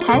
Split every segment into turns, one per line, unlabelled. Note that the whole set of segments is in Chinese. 台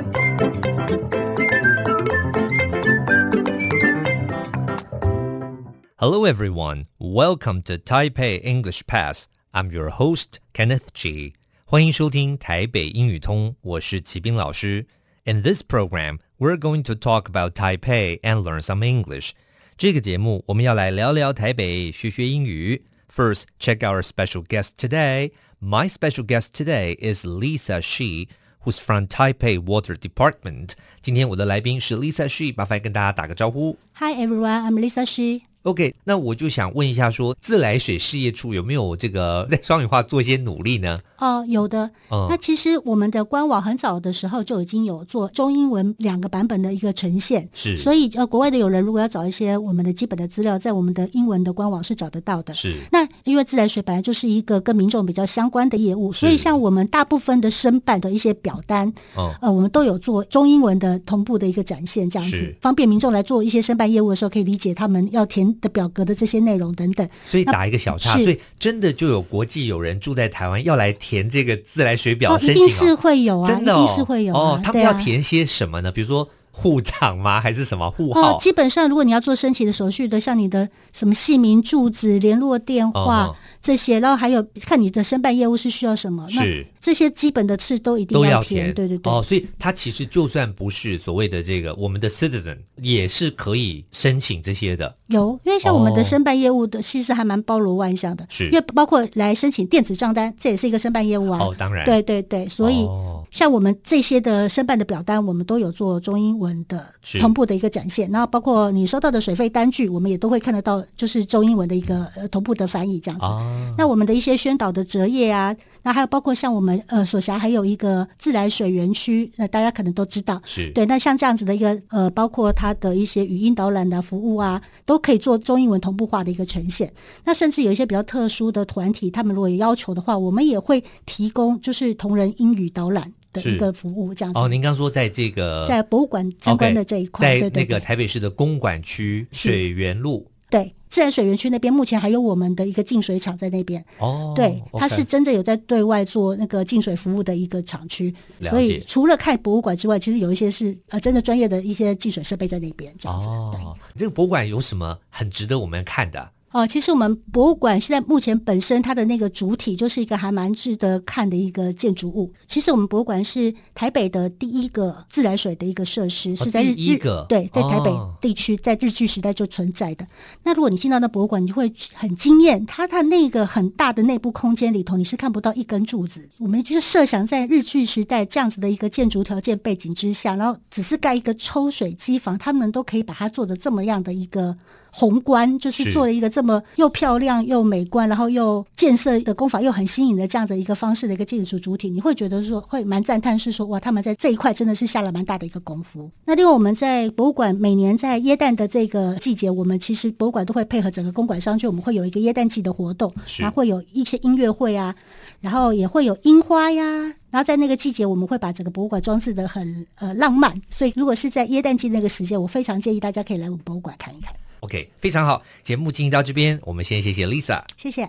Hello, everyone. Welcome to Taipei English Pass. I'm your host Kenneth G. 欢迎收听台北英语通，我是齐斌老师。In this program, we're going to talk about Taipei and learn some English. 这个节目我们要来聊聊台北，学学英语。First, check our special guest today. My special guest today is Lisa Shi, who's from Taipei Water Department. 今天我的来宾是 Lisa Shi，麻烦跟大家打个招呼。
Hi everyone, I'm Lisa Shi.
OK，那我就想问一下说，自来水事业处有没有这个在双语化做一些努力呢？
哦，有的。
嗯
那其实我们的官网很早的时候就已经有做中英文两个版本的一个呈现，
是
所以呃，国外的友人如果要找一些我们的基本的资料，在我们的英文的官网是找得到的。
是
那因为自来水本来就是一个跟民众比较相关的业务，所以像我们大部分的申办的一些表单，
嗯
呃，我们都有做中英文的同步的一个展现，这样
是
子方便民众来做一些申办业务的时候，可以理解他们要填的表格的这些内容等等。
所以打一个小岔，
是
所以真的就有国际友人住在台湾要来填这个自来水表
哦，
申
一
请、哦
定是会有啊，
真的、哦、
一定是会有啊、
哦。他们
对
要
啊
填些什么呢？比如说户长吗？还是什么户
哦
号，？
基本上如果你要做申请的手续的，像你的什么姓名、住址、联络电话、
哦
这些，然后还有看你的申办业务是需要什么，那
是
这些基本的事都一定
都要
填。对对对，
哦，所以他其实就算不是所谓的这个我们的 citizen，也是可以申请这些的。
有，因为像我们
哦
的申办业务的，其实还蛮包罗万象的，
是
因为包括来申请电子账单，这也是一个申办业务啊。
哦，当然，
对对对，所以。
哦
像我们这些的申办的表单，我们都有做中英文的
是
同步的一个展现，然后包括你收到的水费单据，我们也都会看得到，就是中英文的一个呃同步的翻译这样子。
啊，
那我们的一些宣导的折页啊，那还有包括像我们呃所辖还有一个自来水园区，那、大家可能都知道。
是
对，那像这样子的一个呃，包括它的一些语音导览的服务啊，都可以做中英文同步化的一个呈现。那甚至有一些比较特殊的团体，他们如果有要求的话，我们也会提供就是同人英语导览的
是
一个服务，这样子。
哦，您刚说在这个
在博物馆参观
OK，
的这一块
在
对对
那个
对
台北市的公馆区
是
水源路。
对，自然水园区那边目前还有我们的一个净水厂在那边。
哦，
对，它
OK
是真正有在对外做那个净水服务的一个厂区，
了解
所以除了看博物馆之外，其实有一些是呃真的专业的一些净水设备在那边这样子。对，
哦，这个博物馆有什么很值得我们看的？
哦、其实我们博物馆现在目前本身它的那个主体就是一个还蛮值得看的一个建筑物。其实我们博物馆是台北的第一个自来水的一个设施，是在日
哦第一个
日对，在台北
哦
地区在日据时代就存在的。那如果你进到那博物馆，你就会很惊艳，它的那个很大的内部空间里头，你是看不到一根柱子。我们就是设想在日据时代这样子的一个建筑条件背景之下，然后只是盖一个抽水机房，他们都可以把它做的这么样的一个。宏观就是
是
做了一个这么又漂亮又美观，然后又建设的工法又很新颖的这样的一个方式的一个建筑主体，你会觉得说会蛮赞叹，是说哇，他们在这一块真的是下了蛮大的一个功夫。那另外我们在博物馆每年在耶诞的这个季节，我们其实博物馆都会配合整个公馆商圈，我们会有一个耶诞季的活动，
是
然后会有一些音乐会啊，然后也会有樱花呀。然后在那个季节，我们会把整个博物馆装饰的很呃浪漫，所以如果是在耶诞季那个时间，我非常建议大家可以来我们博物馆看一看。
OK，非常好，节目进行到这边，我们先谢谢 Lisa。
谢谢。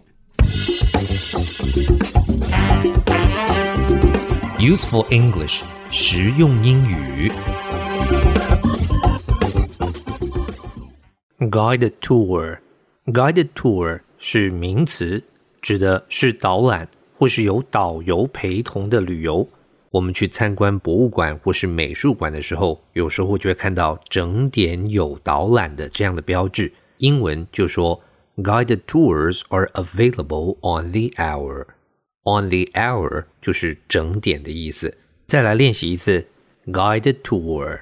Useful English，实用英语。Guided tour，guided tour 是名词，指的是导览或是由导游陪同的旅游。我们去参观博物馆或是美术馆的时候，有时候就会看到整点有导览的这样的标志。英文就说 Guided tours are available on the hour。On the hour 就是整点的意思。再来练习一次 guided tour。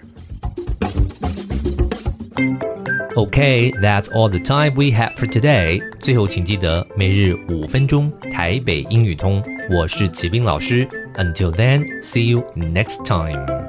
Okay, that's all the time we have for today. 最后，请记得每日五分钟台北英语通。我是齐斌老师。Until then, see you next time.